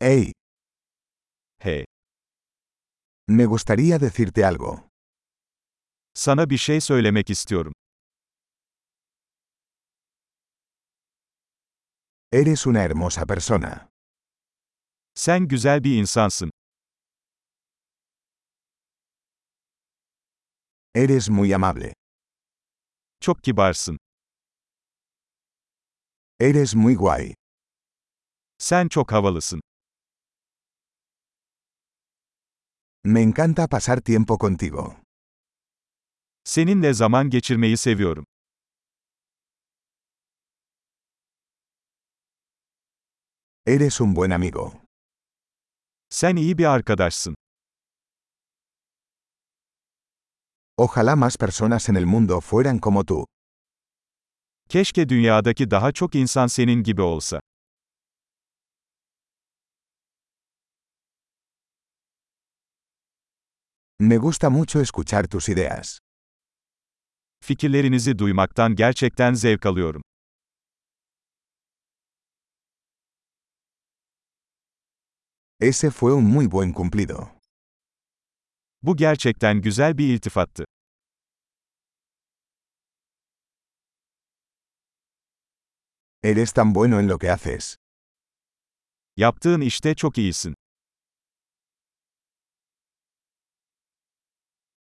Hey, Hey, me gustaría decirte algo. sana bir şey söylemek istiyorum. Eres una hermosa persona. Sen güzel bir insansın. Eres muy amable. Çok kibarsın. Eres muy guay. Sen çok havalısın. Me encanta pasar tiempo contigo. Seninle zaman geçirmeyi seviyorum. Eres un buen amigo. Sen iyi bir arkadaşsın. Ojalá más personas en el mundo fueran como tú. Keşke dünyadaki daha çok insan senin gibi olsa. Me gusta mucho escuchar tus ideas. Fikirlerinizi duymaktan gerçekten zevk alıyorum. Ese fue un muy buen cumplido. Bu gerçekten güzel bir iltifattı. Eres tan bueno en lo que haces. Yaptığın işte çok iyisin.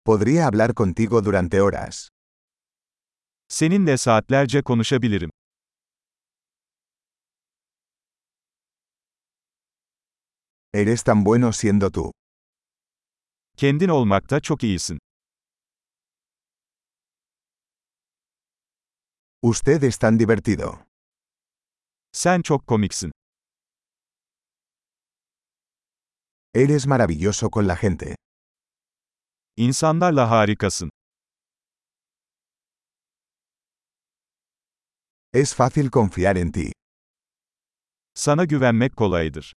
Podría hablar contigo durante horas. Seninle saatlerce konuşabilirim. Eres tan bueno siendo tú. Kendin olmakta çok iyisin. Usted es tan divertido. Sen çok komiksin. Eres maravilloso con la gente. İnsanlarla harikasın. Es fácil confiar en ti. Sana güvenmek kolaydır.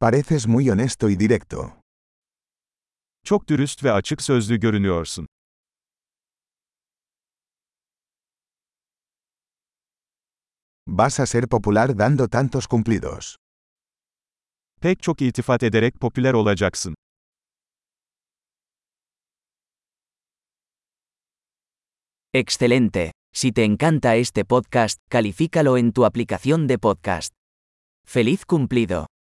Pareces muy honesto y directo. Çok dürüst ve açık sözlü görünüyorsun. Vas a ser popular dando tantos cumplidos. Pek çok iltifat ederek popüler olacaksın. Excelente. Si te encanta este podcast, califícalo en tu aplicación de podcast. ¡Feliz cumplido!